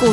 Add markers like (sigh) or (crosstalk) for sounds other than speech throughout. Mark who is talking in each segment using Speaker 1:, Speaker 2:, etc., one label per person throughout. Speaker 1: 股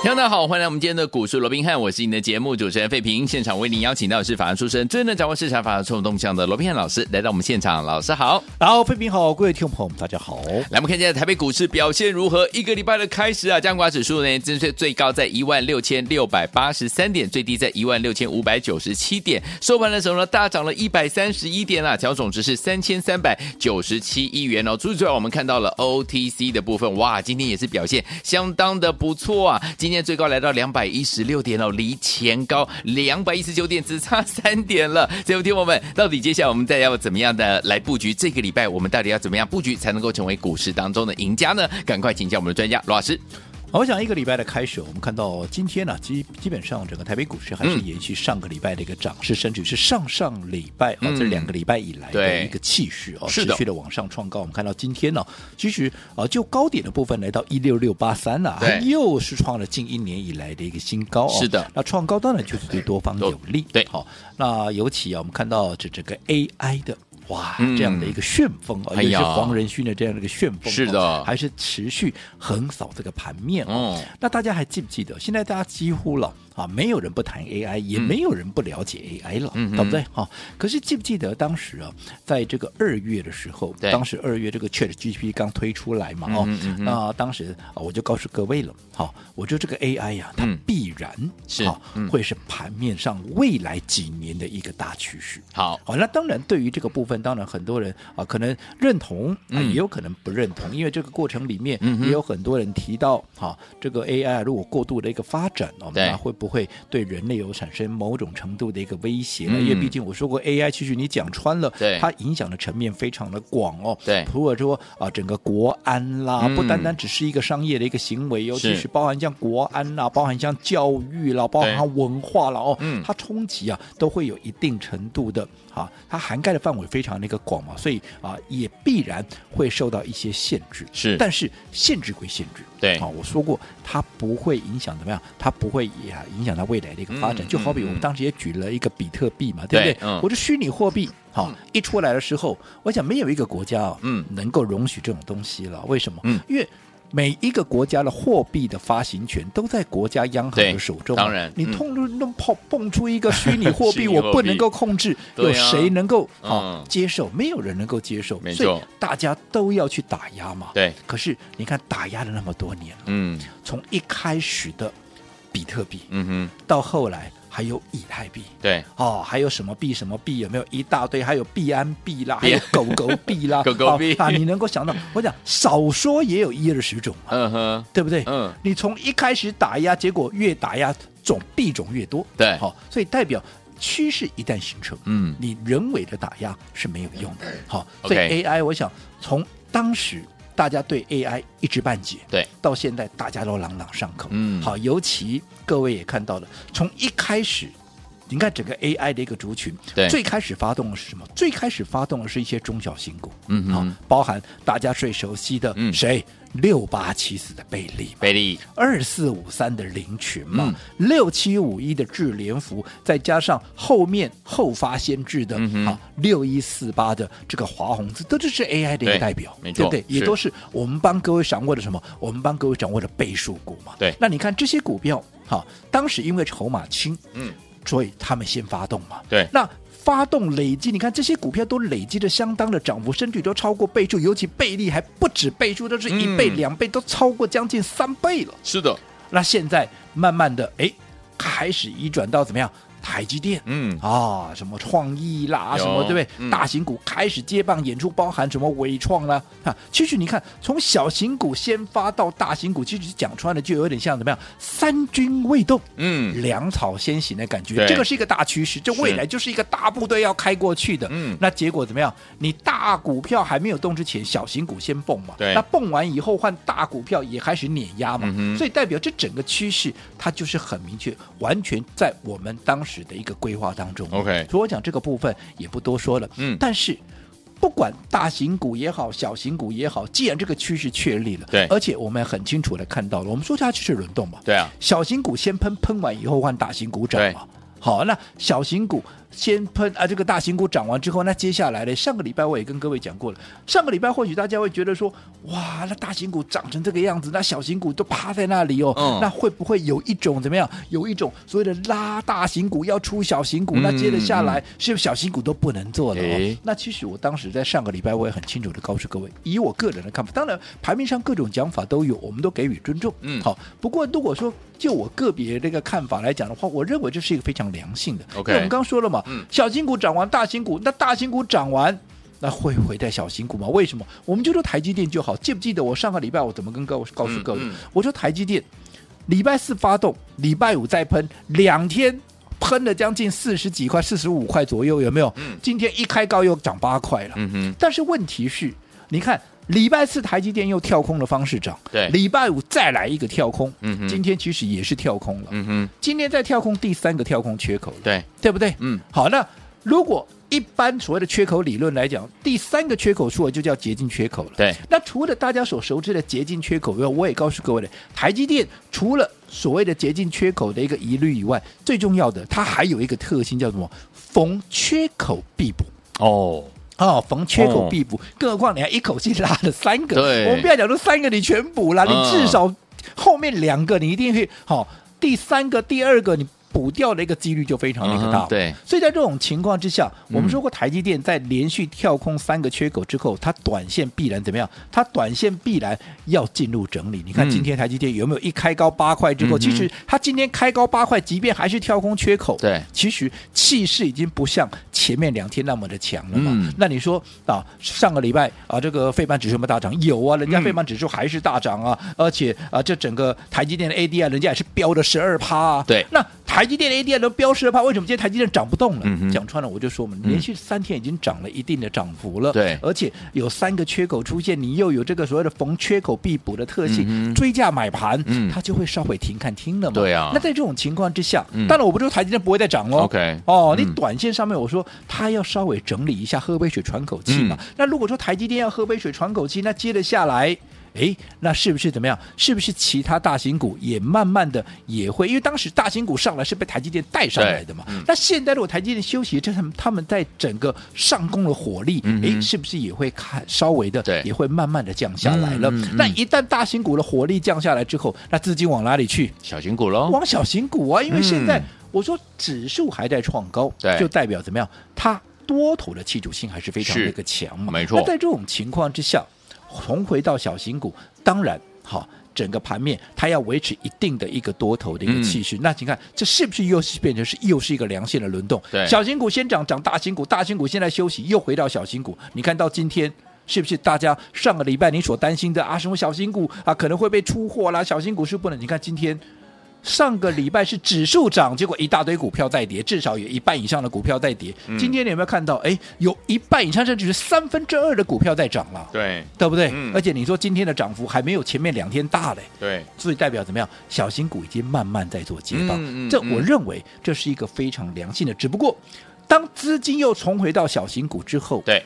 Speaker 2: 听众大家好，欢迎来我们今天的股市罗宾汉，我是你的节目主持人费平。现场为您邀请到的是法案出身、最能掌握市场法案冲动向的罗宾汉老师来到我们现场，老师好。
Speaker 3: 然后，飞平好，各位听众朋友们，大家好。
Speaker 2: 来，我们看一下台北股市表现如何？一个礼拜的开始啊，加权指数呢，最最高在一万六千六百八十三点，最低在一万六千五百九十七点，收盘的时候呢，大涨了一百三十一点啊，调总值是三千三百九十七亿元哦。除此之外，我们看到了 OTC 的部分，哇，今天也是表现相当的不错啊，今天最高来到两百一十六点哦，离前高两百一十九点只差三点了。所以，听我们到底接下来我们再要怎么样的来布局？这个礼拜我们到底要怎么样布局才能够成为股市当中的赢家呢？赶快请教我们的专家罗老师。
Speaker 3: 好我想一个礼拜的开始，我们看到今天呢、基基本上整个台北股市还是延续上个礼拜的一个涨势，甚至是上上礼拜啊、
Speaker 2: 嗯
Speaker 3: 这两个礼拜以来
Speaker 2: 对
Speaker 3: 的一个气势哦，
Speaker 2: 是
Speaker 3: 持
Speaker 2: 的
Speaker 3: 续的往上创高。我们看到今天呢、其实啊、就高点的部分来到一六六八三了，
Speaker 2: 对
Speaker 3: 它又是创了近一年以来的一个新高哦。
Speaker 2: 是的
Speaker 3: 那创高当然就是对多方
Speaker 2: 都
Speaker 3: 有利。
Speaker 2: 对
Speaker 3: 好、那尤其啊，我们看到这整个 AI 的。哇，
Speaker 2: 嗯
Speaker 3: 这样的一个旋风啊，
Speaker 2: 哎
Speaker 3: 也
Speaker 2: 呀
Speaker 3: 是黄仁勋的这样的一个旋风哦，
Speaker 2: 是的
Speaker 3: 还是持续横扫这个盘面哦。
Speaker 2: 哦，
Speaker 3: 那大家还记不记得？现在大家几乎了啊，没有人不谈 AI，也
Speaker 2: 嗯
Speaker 3: 没有人不了解 AI 了，
Speaker 2: 嗯哼
Speaker 3: 对不对？哈、可是记不记得当时啊，在这个二月的时候，
Speaker 2: 对
Speaker 3: 当时二月这个 ChatGPT 刚推出来嘛，哦，
Speaker 2: 嗯哼嗯哼
Speaker 3: 那当时啊，我就告诉各位了，好、我觉得这个 AI 呀、它
Speaker 2: 嗯
Speaker 3: 必然、
Speaker 2: 是
Speaker 3: 好
Speaker 2: 嗯
Speaker 3: 会是盘面上未来几年的一个大趋势。
Speaker 2: 好，
Speaker 3: 好、那当然，对于这个部分，当然很多人啊，可能认同，啊，
Speaker 2: 嗯
Speaker 3: 也有可能不认同，因为这个过程里面
Speaker 2: 嗯哼
Speaker 3: 也有很多人提到，哈、这个 AI 如果过度的一个发展，哦，
Speaker 2: 对
Speaker 3: 那会不会对人类有产生某种程度的一个威胁呢？
Speaker 2: 嗯
Speaker 3: 因为毕竟我说过，AI 其实你讲穿了
Speaker 2: 对，
Speaker 3: 它影响的层面非常的广哦，
Speaker 2: 对
Speaker 3: 除了说啊，整个国安啦，
Speaker 2: 嗯
Speaker 3: 不单单只是一个商业的一个行为哦，尤
Speaker 2: 是
Speaker 3: 其是包含像国安啦，包含像教育啦，包含文化啦，哦，
Speaker 2: 嗯
Speaker 3: 它冲击啊，都会有一定程度的啊，它涵盖的范围非常的一个广嘛，所以啊，也必然会受到一些限制。
Speaker 2: 是
Speaker 3: 但是限制归限制，
Speaker 2: 对
Speaker 3: 啊，我说过，它不会影响怎么样，它不会也影响它未来的一个发展。
Speaker 2: 嗯
Speaker 3: 就好比我
Speaker 2: 嗯
Speaker 3: 们
Speaker 2: 嗯
Speaker 3: 当时也举了一个比特币嘛，对不
Speaker 2: 对
Speaker 3: 对？
Speaker 2: 嗯
Speaker 3: 我的虚拟货币。好，一出来的时候，我想没有一个国家啊，
Speaker 2: 嗯
Speaker 3: 能够容许这种东西了。为什么？
Speaker 2: 嗯
Speaker 3: 因为每一个国家的货币的发行权都在国家央行
Speaker 2: 对
Speaker 3: 的手中啊。
Speaker 2: 当然
Speaker 3: 你
Speaker 2: 嗯
Speaker 3: 通路弄跑蹦出一个虚拟货
Speaker 2: (laughs) 虚拟
Speaker 3: 币，
Speaker 2: 货币
Speaker 3: 我不能够控制，
Speaker 2: 对啊
Speaker 3: 有谁能够
Speaker 2: 嗯
Speaker 3: 啊接受？没有人能够接受
Speaker 2: 没，错
Speaker 3: 所以大家都要去打压嘛。
Speaker 2: 对，
Speaker 3: 可是你看，打压了那么多年了，
Speaker 2: 嗯
Speaker 3: 从一开始的比特币，
Speaker 2: 嗯哼，
Speaker 3: 到后来还有以太币，
Speaker 2: 对，
Speaker 3: 哦，还有什么币什么币有没有一大堆？还有币安币啦，还
Speaker 2: 币
Speaker 3: 有
Speaker 2: 安
Speaker 3: 狗狗币
Speaker 2: (laughs)
Speaker 3: 啦，
Speaker 2: 狗狗币
Speaker 3: 哦啊！你能够想到，我讲少说也有一二十种嘛，
Speaker 2: 嗯哼，
Speaker 3: 对不对？
Speaker 2: 嗯，
Speaker 3: 你从一开始打压，结果越打压种币种越多，
Speaker 2: 对
Speaker 3: 好、所以代表趋势一旦形成，
Speaker 2: 嗯
Speaker 3: 你人为的打压是没有用的，好、
Speaker 2: OK
Speaker 3: 所以 AI 我想从当时大家对 AI 一知半解，
Speaker 2: 对，
Speaker 3: 到现在大家都朗朗上口，
Speaker 2: 嗯
Speaker 3: 好，尤其各位也看到了，从一开始。你看整个 AI 的一个族群
Speaker 2: 对，
Speaker 3: 最开始发动的是什么？最开始发动的是一些中小型股，
Speaker 2: 嗯哼
Speaker 3: 好，包含大家最熟悉的
Speaker 2: 嗯
Speaker 3: 谁？六八七四的贝利嘛，
Speaker 2: 贝利，
Speaker 3: 二四五三的林群
Speaker 2: 嗯
Speaker 3: 嘛，六七五一的智联福，再加上后面后发先至的
Speaker 2: 嗯哼
Speaker 3: 啊六一四八的这个华宏，这都这是 AI 的一
Speaker 2: 对
Speaker 3: 个代表，
Speaker 2: 没
Speaker 3: 对不
Speaker 2: 错
Speaker 3: 对？也
Speaker 2: 是
Speaker 3: 都是我们帮各位掌握的什么？我们帮各位掌握的倍数股嘛。
Speaker 2: 对
Speaker 3: 那你看这些股票，哈、当时因为筹码轻，
Speaker 2: 嗯，
Speaker 3: 所以他们先发动嘛。
Speaker 2: 对
Speaker 3: 那发动累积，你看这些股票都累积了相当的涨幅，甚至都超过倍数，尤其倍率还不止倍数，都是一倍、
Speaker 2: 嗯
Speaker 3: 两倍，都超过将近三倍了。
Speaker 2: 是的，
Speaker 3: 那现在慢慢的，哎，开始移转到怎么样？台积电，
Speaker 2: 嗯
Speaker 3: 啊，什么创意啦，
Speaker 2: 有
Speaker 3: 什么对不对？
Speaker 2: 嗯
Speaker 3: 大型股开始接棒演出，包含什么伟创啦，哈、其实你看，从小型股先发到大型股，其实讲穿了就有点像怎么样，三军未动。
Speaker 2: 嗯
Speaker 3: 粮草先行的感
Speaker 2: 对
Speaker 3: 觉，这个是一个大趋势，这
Speaker 2: 是
Speaker 3: 未来就是一个大部队要开过去的。
Speaker 2: 嗯
Speaker 3: 那结果怎么样？你大股票还没有动之前，小型股先蹦嘛。
Speaker 2: 对
Speaker 3: 那蹦完以后换大股票也开始碾压嘛。
Speaker 2: 嗯哼
Speaker 3: 所以代表这整个趋势它就是很明确，完全在我们当时的一个规划当中。
Speaker 2: OK
Speaker 3: 所以我讲这个部分也不多说了。
Speaker 2: 嗯
Speaker 3: 但是。不管大型股也好，小型股也好，既然这个趋势确立了，
Speaker 2: 对
Speaker 3: 而且我们很清楚的看到了，我们说它趋势轮动嘛，
Speaker 2: 对啊，
Speaker 3: 小型股先喷，喷完以后换大型股涨
Speaker 2: 对
Speaker 3: 嘛。好，那小型股先喷啊，这个大型股涨完之后，那接下来呢？上个礼拜我也跟各位讲过了，上个礼拜或许大家会觉得说，哇，那大型股涨成这个样子，那小型股都趴在那里哦，
Speaker 2: 嗯
Speaker 3: 那会不会有一种怎么样？有一种所谓的拉大型股要出小型股，那接着下来是不是小型股都不能做了、哦？
Speaker 2: 嗯诶
Speaker 3: 那其实我当时在上个礼拜我也很清楚的告诉各位，以我个人的看法，当然盘面上各种讲法都有，我们都给予尊重。
Speaker 2: 嗯
Speaker 3: 好。不过如果说就我个别这个看法来讲的话，我认为这是一个非常良性的。
Speaker 2: OK
Speaker 3: 因为我们刚刚说了嘛，
Speaker 2: 嗯
Speaker 3: 小新股涨完大新股，那大新股涨完。那会回带小新股吗？为什么？我们就说台积电就好。记不记得我上个礼拜我怎么跟各位告诉各位？
Speaker 2: 嗯嗯
Speaker 3: 我说台积电礼拜四发动，礼拜五再喷，两天喷了将近四十几块，四十五块左右，有没有？
Speaker 2: 嗯
Speaker 3: 今天一开高又涨八块了。
Speaker 2: 嗯哼，
Speaker 3: 但是问题是，你看礼拜四台积电又跳空的方式涨，
Speaker 2: 对
Speaker 3: 礼拜五再来一个跳空，
Speaker 2: 嗯哼
Speaker 3: 今天其实也是跳空了，
Speaker 2: 嗯哼，
Speaker 3: 今天再跳空第三个跳空缺口了，
Speaker 2: 对，
Speaker 3: 对不对？
Speaker 2: 嗯，
Speaker 3: 好，那如果一般所谓的缺口理论来讲，第三个缺口处就叫捷径缺口了。
Speaker 2: 对，
Speaker 3: 那除了大家所熟知的捷径缺口以外，我也告诉各位了，台积电除了所谓的捷径缺口的一个疑虑以外，最重要的它还有一个特性叫什么？逢缺口必补。
Speaker 2: 哦，
Speaker 3: 哦，逢缺口必补，更何况你还一口气拉了三个，
Speaker 2: 对
Speaker 3: 我们不要讲说三个你全补了，
Speaker 2: 嗯
Speaker 3: 你至少后面两个你一定会好、第三个、第二个你补掉的一个几率就非常那个大、
Speaker 2: 嗯对，
Speaker 3: 所以在这种情况之下，我
Speaker 2: 嗯
Speaker 3: 们说过台积电在连续跳空三个缺口之后，它短线必然怎么样？它短线必然要进入整理。你看
Speaker 2: 嗯
Speaker 3: 今天台积电有没有一开高八块之后，
Speaker 2: 嗯哼
Speaker 3: 其实它今天开高八块，即便还是跳空缺口，
Speaker 2: 对
Speaker 3: 其实气势已经不像前面两天那么的强了嘛。
Speaker 2: 嗯
Speaker 3: 那你说啊，上个礼拜啊，这个费半指数有没有大涨？有啊，人家
Speaker 2: 嗯
Speaker 3: 费半指数还是大涨啊，而且啊，这整个台积电的 ADR 人家也是飙了十二趴啊。
Speaker 2: 对
Speaker 3: 那台积电的 ADR 都飙十二趴，为什么今天台积电涨不动了？
Speaker 2: 嗯哼
Speaker 3: 讲穿了，我就说嘛，
Speaker 2: 嗯
Speaker 3: 连续三天已经涨了一定的涨幅了。
Speaker 2: 对
Speaker 3: 而且有三个缺口出现，你又有这个所谓的逢缺口必补的特性，
Speaker 2: 嗯哼
Speaker 3: 追价买盘，
Speaker 2: 嗯
Speaker 3: 它就会稍微停看听了嘛。
Speaker 2: 对啊
Speaker 3: 那在这种情况之下，
Speaker 2: 嗯
Speaker 3: 当然我不说台积电不会再涨哦。
Speaker 2: OK，
Speaker 3: 哦，你
Speaker 2: 嗯
Speaker 3: 短线上面我说它要稍微整理一下，喝杯水喘口气嘛。
Speaker 2: 嗯
Speaker 3: 那如果说台积电要喝杯水喘口气，那接着下来。诶，那是不是怎么样？是不是其他大型股也慢慢的也会？因为当时大型股上来是被台积电带上来的嘛。
Speaker 2: 嗯
Speaker 3: 那现在如果台积电休息，这他们他们在整个上攻的火力，
Speaker 2: 嗯哼
Speaker 3: 诶，是不是也会看稍微的
Speaker 2: 对，
Speaker 3: 也会慢慢的降下来了？
Speaker 2: 嗯嗯嗯
Speaker 3: 那一旦大型股的火力降下来之后，那资金往哪里去？
Speaker 2: 小型股喽，
Speaker 3: 往小型股啊，因为现在
Speaker 2: 嗯
Speaker 3: 我说指数还在创高，
Speaker 2: 对
Speaker 3: 就代表怎么样？它多头的气主性还是非常
Speaker 2: 是
Speaker 3: 那个强嘛，
Speaker 2: 没错
Speaker 3: 那在这种情况之下，重回到小型股，当然好。整个盘面它要维持一定的一个多头的一个气势，
Speaker 2: 嗯
Speaker 3: 那你看这是不是又是变成是又是一个良性的轮动？
Speaker 2: 对
Speaker 3: 小型股先涨涨大型股，大型股现在休息又回到小型股，你看到今天。是不是大家上个礼拜你所担心的啊，什么小型股啊可能会被出货啦，小型股是不能。你看今天上个礼拜是指数涨，结果一大堆股票在跌，至少有一半以上的股票在跌。
Speaker 2: 嗯
Speaker 3: 今天你有没有看到？哎，有一半以上甚至是三分之二的股票在涨了，
Speaker 2: 对
Speaker 3: 对不对？
Speaker 2: 嗯
Speaker 3: 而且你说今天的涨幅还没有前面两天大嘞。
Speaker 2: 对，
Speaker 3: 所以代表怎么样？小型股已经慢慢在做接棒，
Speaker 2: 嗯嗯
Speaker 3: 这
Speaker 2: 嗯
Speaker 3: 我认为这是一个非常良性的。只不过，当资金又重回到小型股之后，
Speaker 2: 对，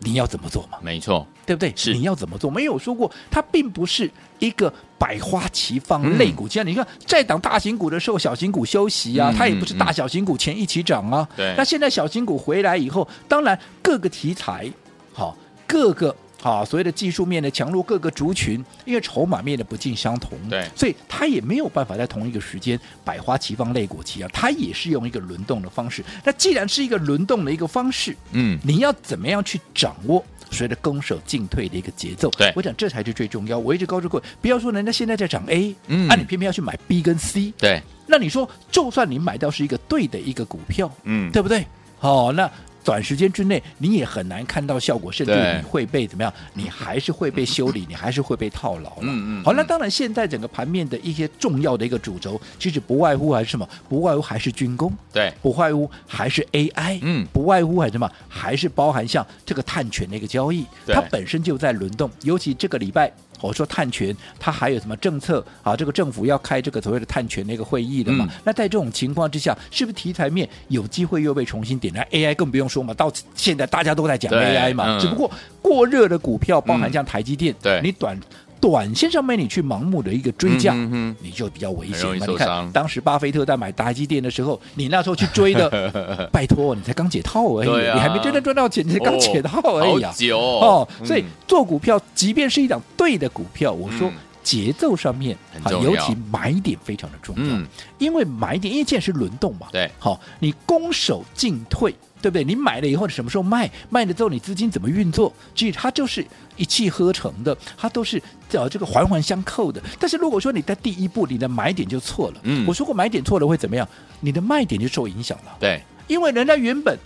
Speaker 3: 你要怎么做嘛？
Speaker 2: 没错，
Speaker 3: 对不对？
Speaker 2: 是
Speaker 3: 你要怎么做？没有说过，它并不是一个百花齐放
Speaker 2: 嗯
Speaker 3: 类股。这样、你看，在涨大型股的时候，小型股休息啊，
Speaker 2: 嗯
Speaker 3: 它也不是
Speaker 2: 嗯
Speaker 3: 大小型股前一起涨啊。
Speaker 2: 对
Speaker 3: 那现在小型股回来以后，当然各个题材好、各个。啊，所谓的技术面的强弱，各个族群因为筹码面的不尽相同，
Speaker 2: 对
Speaker 3: 所以它也没有办法在同一个时间百花齐放、类股齐扬，它也是用一个轮动的方式。那既然是一个轮动的一个方式，
Speaker 2: 嗯，
Speaker 3: 你要怎么样去掌握随着攻守进退的一个节奏？
Speaker 2: 对
Speaker 3: 我讲这才是最重要。我一直告诉各位，不要说人家现在在涨 A，
Speaker 2: 嗯
Speaker 3: 啊，你偏偏要去买 B 跟 C，
Speaker 2: 对，
Speaker 3: 那你说，就算你买到是一个对的一个股票，
Speaker 2: 嗯，
Speaker 3: 对不对？哦，那短时间之内你也很难看到效果，甚至
Speaker 2: 对
Speaker 3: 你会被怎么样？你还是会被修
Speaker 2: (laughs)
Speaker 3: 理，你还是会被套牢了。
Speaker 2: 嗯嗯
Speaker 3: 好，那
Speaker 2: 嗯
Speaker 3: 当然，现在整个盘面的一些重要的一个主轴，其实不外乎还是什么？不外乎还是军工。
Speaker 2: 对，
Speaker 3: 不外乎还是 AI，
Speaker 2: 嗯
Speaker 3: 不外乎还是什么，还是包含像这个碳权的一个交易，
Speaker 2: 对
Speaker 3: 它本身就在轮动。尤其这个礼拜我说碳权，它还有什么政策啊？这个政府要开这个所谓的碳权的一个会议的嘛？
Speaker 2: 嗯
Speaker 3: 那在这种情况之下，是不是题材面有机会又被重新点燃？AI 更不用说嘛，到现在大家都在讲
Speaker 2: 对
Speaker 3: AI 嘛，
Speaker 2: 嗯
Speaker 3: 只不过过热的股票，包含像台积电，
Speaker 2: 对
Speaker 3: 你短短线上面你去盲目的一个追价，
Speaker 2: 嗯哼
Speaker 3: 你就比较危险
Speaker 2: 很容易
Speaker 3: 嘛。
Speaker 2: 受
Speaker 3: 你
Speaker 2: 伤
Speaker 3: 看当时巴菲特在买台积电的时候，你那时候去追
Speaker 2: (laughs)
Speaker 3: 的，拜托，你才刚解套而
Speaker 2: 对
Speaker 3: 已，
Speaker 2: 啊哦
Speaker 3: 你还没真正赚到钱，你才刚解套而已啊
Speaker 2: 好。久
Speaker 3: 哦
Speaker 2: 哦，
Speaker 3: 所以
Speaker 2: 嗯
Speaker 3: 做股票，即便是一档对的股票，我说
Speaker 2: 嗯
Speaker 3: 节奏上面
Speaker 2: 很
Speaker 3: 啊
Speaker 2: 重要
Speaker 3: 尤其买点非常的重要
Speaker 2: 嗯，
Speaker 3: 因为买点，因为现在是轮动嘛，
Speaker 2: 对
Speaker 3: 好，你攻守进退，对不对？你买了以后，你什么时候卖？卖了之后，你资金怎么运作？其实它就是一气呵成的，它都是呃这个环环相扣的。但是如果说你在第一步你的买点就错了，
Speaker 2: 嗯
Speaker 3: 我说过买点错了会怎么样？你的卖点就受影响了。
Speaker 2: 对，
Speaker 3: 因为人家原本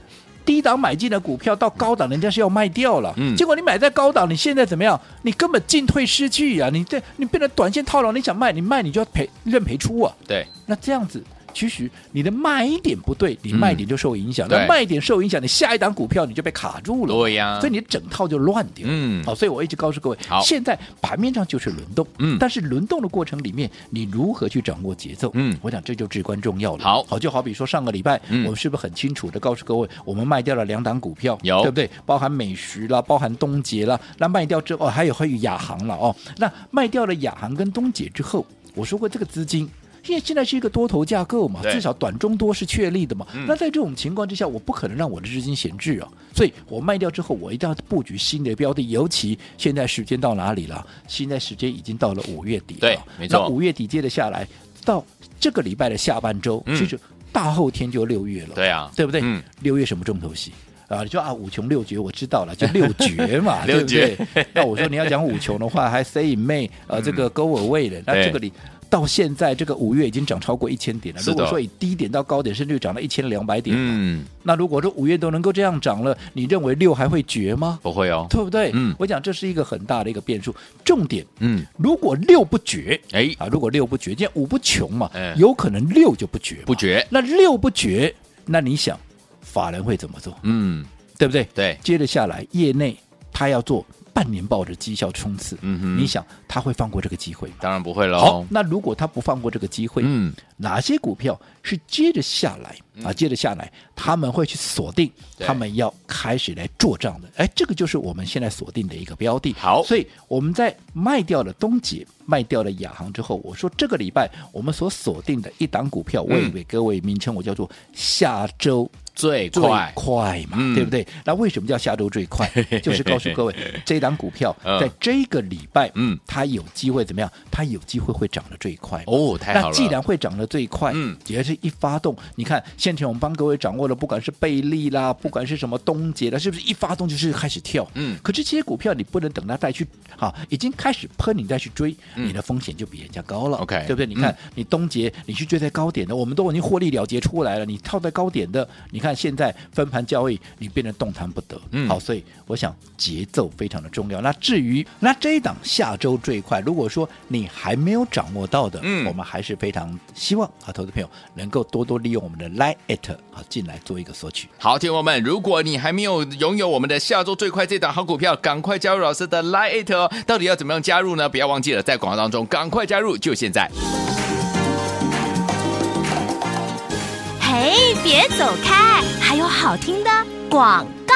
Speaker 3: 低档买进的股票到高档，人家是要卖掉了。
Speaker 2: 嗯
Speaker 3: 结果你买在高档，你现在怎么样？你根本进退失据呀、你这你变成短线套牢，你想卖，你卖你就要赔认赔出啊。
Speaker 2: 对，
Speaker 3: 那这样子，其实你的卖点不对，你卖点就受影响。
Speaker 2: 嗯对
Speaker 3: 那卖点受影响，你下一档股票你就被卡住了。
Speaker 2: 对啊呀
Speaker 3: 所以你整套就乱掉。
Speaker 2: 嗯
Speaker 3: 好，所以我一直告诉各位
Speaker 2: 好，
Speaker 3: 现在盘面上就是轮动，
Speaker 2: 嗯
Speaker 3: 但是轮动的过程里面，你如何去掌握节奏？
Speaker 2: 嗯
Speaker 3: 我想这就至关重要了。
Speaker 2: 好
Speaker 3: 好，就好比说上个礼拜，
Speaker 2: 嗯
Speaker 3: 我们是不是很清楚的告诉各位，我们卖掉了两档股票，
Speaker 2: 有
Speaker 3: 对不对？包含美食啦，包含东杰啦，那卖掉之后，哦还有还有亚航了哦，那卖掉了亚航跟东杰之后，我说过这个资金。因为现在是一个多头架构嘛，
Speaker 2: 对
Speaker 3: 至少短中多是确立的嘛。
Speaker 2: 嗯
Speaker 3: 那在这种情况之下，我不可能让我的资金闲置啊，所以我卖掉之后，我一定要布局新的标的。尤其现在时间到哪里了？现在时间已经到了五月底了，
Speaker 2: 对没错
Speaker 3: 那五月底接着下来，到这个礼拜的下半周，
Speaker 2: 嗯
Speaker 3: 其实大后天就六月了。
Speaker 2: 对啊，
Speaker 3: 对不对？
Speaker 2: 嗯
Speaker 3: 六月什么重头戏？啊，你说啊，五穷六绝，我知道
Speaker 2: (laughs)
Speaker 3: 了，就六绝嘛，
Speaker 2: 六绝嗯
Speaker 3: 对不对？那我说你要讲五穷的话，还 say in May，呃，这个 go away 的，那
Speaker 2: 对
Speaker 3: 这个里到现在这个五月已经涨超过一千点了。
Speaker 2: 是的
Speaker 3: 如果说以低点到高点，甚至涨到一千两百点，啊
Speaker 2: 嗯，
Speaker 3: 那如果说五月都能够这样涨了，你认为六还会绝吗？
Speaker 2: 不会哦，
Speaker 3: 对不对？
Speaker 2: 嗯
Speaker 3: 我讲这是一个很大的一个变数。重点，
Speaker 2: 嗯，
Speaker 3: 如果六不绝，
Speaker 2: 哎，
Speaker 3: 啊，如果六不绝，这五不穷嘛，
Speaker 2: 嗯
Speaker 3: 有可能六就不绝嘛，
Speaker 2: 不绝，
Speaker 3: 那六不绝，那你想法人会怎么做？
Speaker 2: 嗯，
Speaker 3: 对不对？
Speaker 2: 对，
Speaker 3: 接着下来，业内他要做半年报的绩效冲刺，
Speaker 2: 嗯哼
Speaker 3: 你想他会放过这个机会吗？
Speaker 2: 当然不会喽
Speaker 3: 好，，那如果他不放过这个机会，
Speaker 2: 嗯，
Speaker 3: 哪些股票是接着下来啊？接着下来，他们会去锁定，
Speaker 2: 对
Speaker 3: 他们要开始来做账的。哎，这个就是我们现在锁定的一个标的。
Speaker 2: 好
Speaker 3: 所以我们在卖掉了东杰，卖掉了亚航之后，我说这个礼拜我们所锁定的一档股票，我也
Speaker 2: 嗯
Speaker 3: 给各位名称我叫做下周
Speaker 2: 最
Speaker 3: 最
Speaker 2: 快，
Speaker 3: 快嘛，
Speaker 2: 嗯
Speaker 3: 对不对？那为什么叫下周
Speaker 2: (laughs)
Speaker 3: 最快？就是告诉各位，这档股票
Speaker 2: 嗯
Speaker 3: 在这个礼拜，
Speaker 2: 嗯
Speaker 3: 它有机会怎么样？它有机会会涨得最快。
Speaker 2: 哦，太好
Speaker 3: 那
Speaker 2: 了，
Speaker 3: 既然会涨得最快，
Speaker 2: 嗯
Speaker 3: 也是一发动，你看先前我们帮各位掌握了，不管是贝利啦，不管是什么东杰啦，是不是一发动就是开始跳？
Speaker 2: 嗯
Speaker 3: 可是这些股票你不能等它再去，好，已经开始喷，你再去追，你的风险就比人家高了。
Speaker 2: 嗯 OK，嗯
Speaker 3: 对不对？你看、你东杰，你去追在高点的，我们都已经获利了结出来了，你套在高点的，你看现在分盘交易，你变得动弹不得。
Speaker 2: 嗯
Speaker 3: 好，所以我想节奏非常的重要。那至于那这一档下周最快，如果说你还没有掌握到的，
Speaker 2: 嗯
Speaker 3: 我们还是非常希望啊，投资朋友能够多多利用我们的 Line at 啊进来做一个索取。
Speaker 2: 好，听众朋友们，如果你还没有拥有我们的下周最快这档好股票，赶快加入老师的 Line It 哦！到底要怎么样加入呢？不要忘记了，在广告当中赶快加入，就现在。
Speaker 1: 嘿，别走开，还有好听的广告。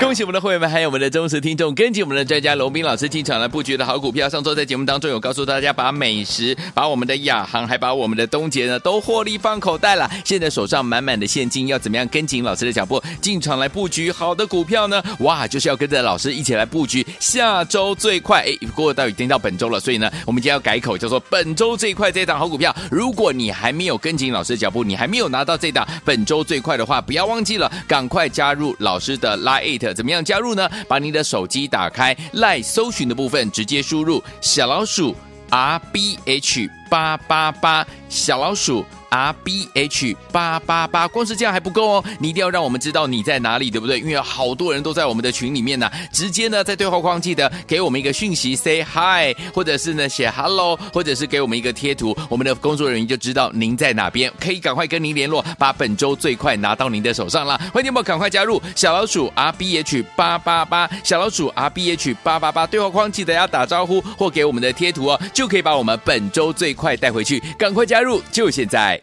Speaker 2: 恭喜我们的会员们，还有我们的忠实听众，跟紧我们的专家龙斌老师进场来布局的好股票。上周在节目当中有告诉大家，把美食、把我们的亚航，还把我们的东杰呢，都获利放口袋了。现在手上满满的现金，要怎么样跟紧老师的脚步进场来布局好的股票呢？哇，就是要跟着老师一起来布局下周最快。哎，不过到已经到本周了，所以呢，我们今天要改口叫做本周最快这档好股票。如果你还没有跟紧老师的脚步，你还没有拿到这档本周最快的话，不要忘记了，赶快加入老师的 Line It。怎么样加入呢？把你的手机打开 Line 搜寻的部分，直接输入小老鼠 R B H 八八八，小老鼠 R B H 八八八。光是这样还不够哦，你一定要让我们知道你在哪里，对不对？因为有好多人都在我们的群里面呢、直接呢在对话框记得给我们一个讯息，say hi，或者是呢写 hello，或者是给我们一个贴图，我们的工作人员就知道您在哪边，可以赶快跟您联络，把本周最快拿到您的手上啦。欢迎你们赶快加入小老鼠 R B H 八八八，小老鼠 R B H 八八八对话框记得要打招呼或给我们的贴图哦，就可以把我们本周最快带回去，赶快加入，就现在。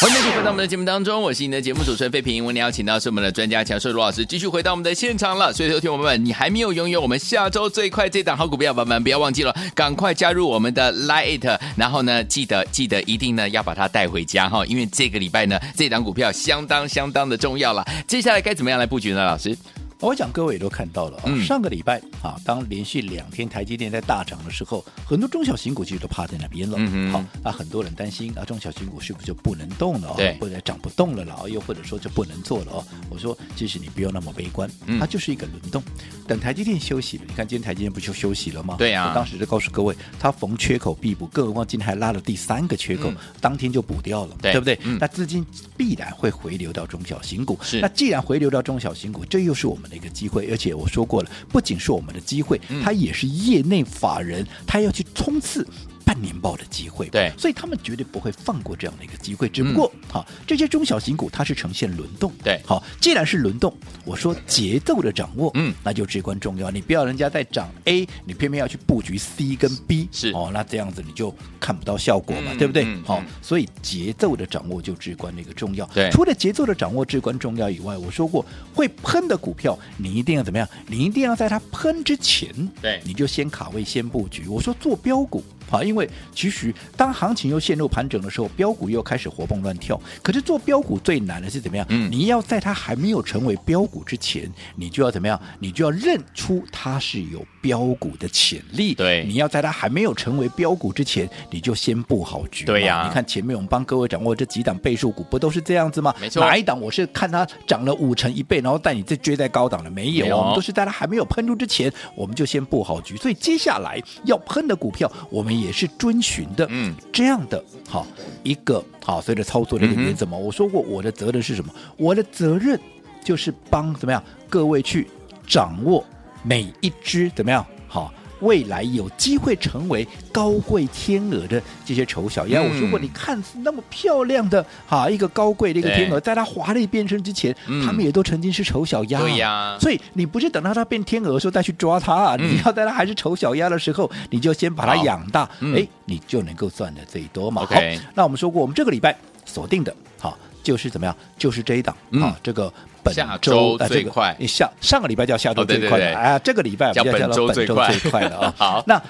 Speaker 2: 欢迎继续回到我们的节目当中，我是你的节目主持人费平。我们邀请到是我们的专家强硕罗老师，继续回到我们的现场了。所以，说，听我们，你还没有拥有我们下周最快这档好股票，宝宝们不要忘记了，赶快加入我们的 Lite，然后呢，记得记得一定呢要把它带回家哈，因为这个礼拜呢，这档股票相当相当的重要了。接下来该怎么样来布局呢？老师，
Speaker 3: 我想各位也都看到了、哦
Speaker 2: 嗯
Speaker 3: 上个礼拜啊，当连续两天台积电在大涨的时候，很多中小型股其实都趴在那边了。
Speaker 2: 嗯哼
Speaker 3: 好，那很多人担心啊，中小型股是不是就不能动了、哦？
Speaker 2: 对
Speaker 3: 或者涨不动了了、哦，又或者说就不能做了哦？我说，其实你不要那么悲观，
Speaker 2: 嗯
Speaker 3: 它就是一个轮动。等台积电休息了，你看今天台积电不就休息了吗？
Speaker 2: 对啊
Speaker 3: 我当时就告诉各位，它逢缺口必补，更何况今天还拉了第三个缺口，
Speaker 2: 嗯
Speaker 3: 当天就补掉了，
Speaker 2: 对
Speaker 3: 不对？
Speaker 2: 嗯
Speaker 3: 那资金必然会回流到中小型股。
Speaker 2: 是
Speaker 3: 那既然回流到中小型股，这又是我们的一个机会，而且我说过了，不仅是我们的机会，
Speaker 2: 嗯
Speaker 3: 它也是业内法人他要去冲刺。半年报的机会，
Speaker 2: 对嗯
Speaker 3: 所以他们绝对不会放过这样的一个机会。只不过，好、这些中小型股它是呈现轮动，
Speaker 2: 对
Speaker 3: 好，既然是轮动，我说节奏的掌握，
Speaker 2: 嗯
Speaker 3: 那就至关重要。你不要人家在涨 A，你偏偏要去布局 C 跟 B，
Speaker 2: 是
Speaker 3: 哦，那这样子你就看不到效果嘛，
Speaker 2: 嗯
Speaker 3: 对不对？
Speaker 2: 嗯
Speaker 3: 好、
Speaker 2: 嗯
Speaker 3: 所以节奏的掌握就至关的一个重要。
Speaker 2: 对
Speaker 3: 除了节奏的掌握至关重要以外，我说过会喷的股票，你一定要怎么样？你一定要在它喷之前，
Speaker 2: 对
Speaker 3: 你就先卡位，先布局。我说做标股啊，因为其实当行情又陷入盘整的时候，标股又开始活蹦乱跳。可是做标股最难的是怎么样？
Speaker 2: 嗯
Speaker 3: 你要在它还没有成为标股之前，你就要怎么样？你就要认出它是有标股的潜力。
Speaker 2: 对
Speaker 3: 你要在它还没有成为标股之前，你就先布好局嘛。
Speaker 2: 对呀
Speaker 3: 你看前面我们帮各位掌握这几档倍数股，不都是这样子吗？
Speaker 2: 没错
Speaker 3: 哪一档我是看它涨了五成一倍，然后带你再追在高档的没有？啊
Speaker 2: 没有
Speaker 3: 我们都是在它还没有喷出之前，我们就先布好局。所以接下来要喷的股票，我们也是遵循的，
Speaker 2: 嗯，
Speaker 3: 这样的好一个好所以的操作的一个原则嘛。我说过，我的责任是什么？我的责任就是帮怎么样各位去掌握每一只怎么样好。未来有机会成为高贵天鹅的这些丑小鸭，
Speaker 2: 嗯
Speaker 3: 我说过，你看似那么漂亮的哈、一个高贵的一个天鹅，在它华丽变身之前，
Speaker 2: 嗯
Speaker 3: 它们也都曾经是丑小鸭，
Speaker 2: 对呀、
Speaker 3: 所以你不是等到它变天鹅的时候再去抓它、啊，
Speaker 2: 嗯
Speaker 3: 你要在它还是丑小鸭的时候，你就先把它
Speaker 2: 好
Speaker 3: 养大，哎、
Speaker 2: 嗯
Speaker 3: 你就能够赚的最多嘛。
Speaker 2: OK
Speaker 3: 好，那我们说过，我们这个礼拜锁定的，好。就是怎么样？就是这一档、
Speaker 2: 嗯
Speaker 3: 啊，这个本
Speaker 2: 下周
Speaker 3: 周
Speaker 2: 最快
Speaker 3: 啊这个、下上个礼拜叫下周
Speaker 2: 哦对
Speaker 3: 最快的，
Speaker 2: 对对
Speaker 3: 啊，这个礼拜我们
Speaker 2: 叫
Speaker 3: 要
Speaker 2: 本
Speaker 3: 叫
Speaker 2: 周
Speaker 3: 到本
Speaker 2: 最
Speaker 3: 周
Speaker 2: 快
Speaker 3: 最快的啊。
Speaker 2: 好
Speaker 3: 那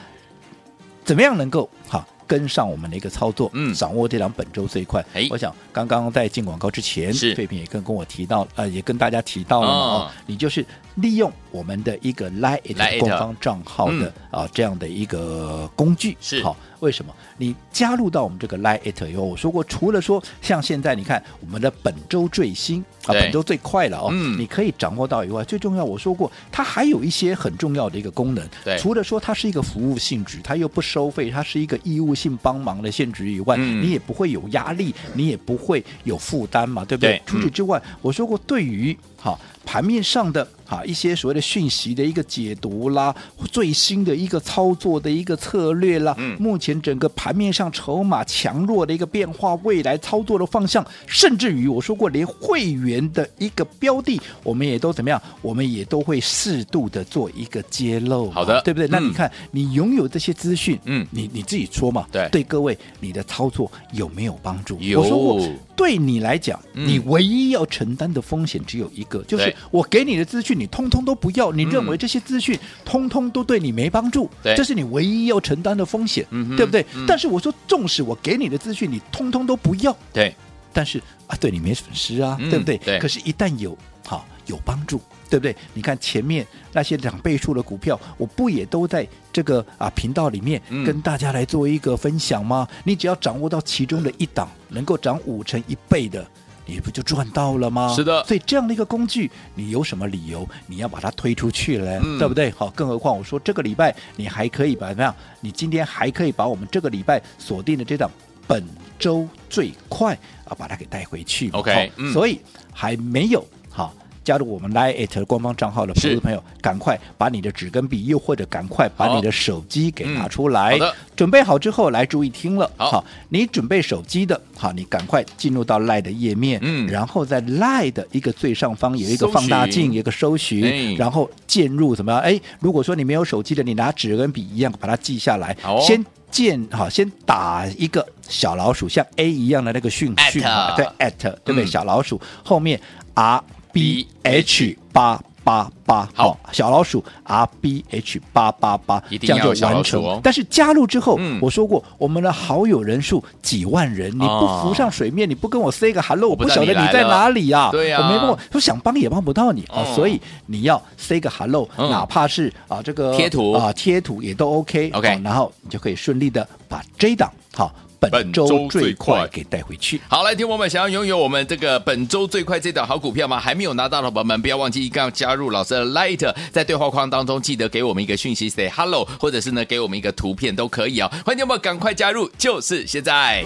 Speaker 3: 怎么样能够哈跟上我们的一个操作，
Speaker 2: 嗯
Speaker 3: 掌握这档本周最快？
Speaker 2: 哎
Speaker 3: 我想刚刚在进广告之前，
Speaker 2: 是
Speaker 3: 废品也跟跟我提到，呃，也跟大家提到了嘛，
Speaker 2: 哦
Speaker 3: 哦，你就是利用我们的一个 Lite 的
Speaker 2: Lite 啊
Speaker 3: 官方账号的
Speaker 2: 嗯
Speaker 3: 啊、这样的一个工具，
Speaker 2: 是
Speaker 3: 好。为什么？你加入到我们这个 Lite 以后，我说过，除了说像现在你看我们的本周最新啊，
Speaker 2: 对
Speaker 3: 本周最快了哦，
Speaker 2: 嗯
Speaker 3: 你可以掌握到以外，最重要我说过，它还有一些很重要的一个功能，
Speaker 2: 对
Speaker 3: 除了说它是一个服务性质，它又不收费，它是一个义务性帮忙的性质以外，
Speaker 2: 嗯
Speaker 3: 你也不会有压力，你也不会有负担嘛，对不对？
Speaker 2: 对嗯
Speaker 3: 除此之外，我说过，对于哈盘面上的哈一些所谓的讯息的一个解读啦，最新的一个操作的一个策略啦，
Speaker 2: 嗯
Speaker 3: 目前整个盘面上筹码强弱的一个变化，未来操作的方向，甚至于我说过，连会员的一个标的，我们也都怎么样，我们也都会适度的做一个揭露嘛，
Speaker 2: 好的
Speaker 3: 对不对？那
Speaker 2: 嗯
Speaker 3: 你看，你拥有这些资讯，
Speaker 2: 嗯
Speaker 3: 你你自己说嘛，
Speaker 2: 对
Speaker 3: 对各位你的操作有没有帮助？
Speaker 2: 有
Speaker 3: 我说过，对你来讲，
Speaker 2: 嗯
Speaker 3: 你唯一要承担的风险只有一个，就是
Speaker 2: 对
Speaker 3: 我给你的资讯你通通都不要，你认为这些资讯通通都对你没帮助，
Speaker 2: 嗯对
Speaker 3: 这是你唯一要承担的风险，
Speaker 2: 嗯哼
Speaker 3: 对不对？
Speaker 2: 嗯
Speaker 3: 但是我说，纵使我给你的资讯你通通都不要，
Speaker 2: 对，
Speaker 3: 但是啊，对你没损失啊，
Speaker 2: 嗯
Speaker 3: 对不对？
Speaker 2: 对
Speaker 3: 可是，一旦有好有帮助，对不对？你看前面那些两倍数的股票，我不也都在这个啊频道里面
Speaker 2: 嗯
Speaker 3: 跟大家来做一个分享吗？你只要掌握到其中的一档，能够涨五成一倍的。你不就赚到了吗？
Speaker 2: 是的
Speaker 3: 所以这样的一个工具，你有什么理由你要把它推出去嘞？
Speaker 2: 嗯
Speaker 3: 对不对？好，更何况我说这个礼拜你还可以把怎么样？你今天还可以把我们这个礼拜锁定的这档本周最快啊，把它给带回去嘛。
Speaker 2: OK，
Speaker 3: 好
Speaker 2: 嗯
Speaker 3: 所以还没有好。加入我们 Line at 官方账号的投
Speaker 2: 是
Speaker 3: 资朋友，赶快把你的纸跟笔，又或者赶快把
Speaker 2: 好
Speaker 3: 你的手机给拿
Speaker 2: 嗯
Speaker 3: 出来。
Speaker 2: 好的
Speaker 3: 准备好之后来注意听了。
Speaker 2: 好
Speaker 3: 你准备手机的，好，你赶快进入到 Line 的页面，
Speaker 2: 嗯
Speaker 3: 然后在 Line 的一个最上方有一个放大
Speaker 2: 搜
Speaker 3: 镜，
Speaker 2: 寻
Speaker 3: 有一个搜寻，
Speaker 2: 哎
Speaker 3: 然后键入怎么样？哎，如果说你没有手机的，你拿纸跟笔一样把它记下来，
Speaker 2: 好哦
Speaker 3: 先。键好，先打一个小老鼠，像 A 一样的那个讯
Speaker 2: At
Speaker 3: 讯号，对，at 对不对？
Speaker 2: 嗯
Speaker 3: 小老鼠后面 R B H 八八八，
Speaker 2: 好
Speaker 3: 哦，小老鼠 R B H 八八八，
Speaker 2: 一
Speaker 3: 这
Speaker 2: 定
Speaker 3: 样
Speaker 2: 要有
Speaker 3: 就
Speaker 2: 小老
Speaker 3: 完
Speaker 2: 鼠
Speaker 3: 成
Speaker 2: 哦。
Speaker 3: 但是加入之后，
Speaker 2: 嗯
Speaker 3: 我说过我们的好友人数几万人，你不
Speaker 2: 哦
Speaker 3: 浮上水面，你不跟我 say 个 hello，我
Speaker 2: 不
Speaker 3: 不
Speaker 2: 知
Speaker 3: 晓
Speaker 2: 道
Speaker 3: 得
Speaker 2: 你来
Speaker 3: 你在
Speaker 2: 了
Speaker 3: 哪里呀、
Speaker 2: 对呀
Speaker 3: 我没办法，我想帮也帮不到你啊、
Speaker 2: 嗯
Speaker 3: 所以你要 say 个 hello，、
Speaker 2: 嗯
Speaker 3: 哪怕是啊这个
Speaker 2: 贴图
Speaker 3: 啊贴图也都 OK
Speaker 2: OK
Speaker 3: 哦然后你就可以顺利的把这一档好
Speaker 2: 本
Speaker 3: 本
Speaker 2: 周
Speaker 3: 周
Speaker 2: 最
Speaker 3: 最
Speaker 2: 快
Speaker 3: 快给带回去。
Speaker 2: 好，来，听我们想要拥有我们这个本周最快这档好股票吗？还没有拿到的宝宝们，不要忘记一定要加入老师的 Light，在对话框当中记得给我们一个讯息，say hello，或者是呢给我们一个图片都可以哦。欢迎我们赶快加入，就是现在。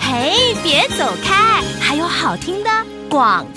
Speaker 1: 嘿，别走开，还有好听的广。
Speaker 2: (laughs)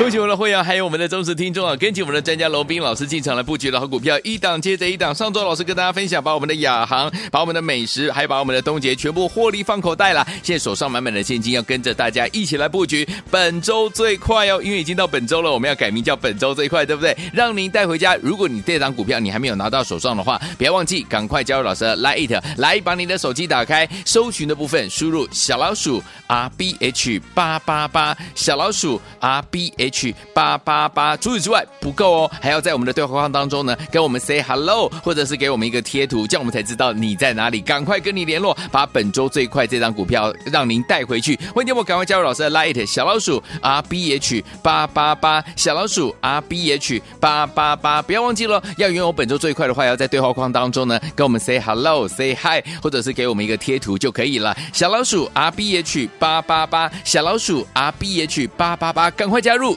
Speaker 2: 恭喜我们的会员，还有我们的忠实听众啊！跟紧我们的专家龙斌老师进场来布局的好股票，一档接着一档。上周老师跟大家分享，把我们的亚航、把我们的美食，还有把我们的东杰全部获利放口袋了。现在手上满满的现金，要跟着大家一起来布局。本周最快哦，因为已经到本周了，我们要改名叫本周最快，对不对？让您带回家。如果你这档股票你还没有拿到手上的话，不要忘记赶快加入老师的 Lite，来把你的手机打开，搜寻的部分输入小老鼠 R B H 八八八，小老鼠 R B H 八八八。除此之外不够哦，还要在我们的对话框当中呢，跟我们 say hello，或者是给我们一个贴图，这样我们才知道你在哪里，赶快跟你联络，把本周最快这张股票让您带回去。欢迎天我赶快加入老师的 Lite 小老鼠 R B H 八八八，小老鼠 R B H 八八八，不要忘记了，要拥有本周最快的话，要在对话框当中呢跟我们 say hello say hi，或者是给我们一个贴图就可以了。小老鼠 R B H 八八八，小老鼠 R B H 八八八，赶快加入，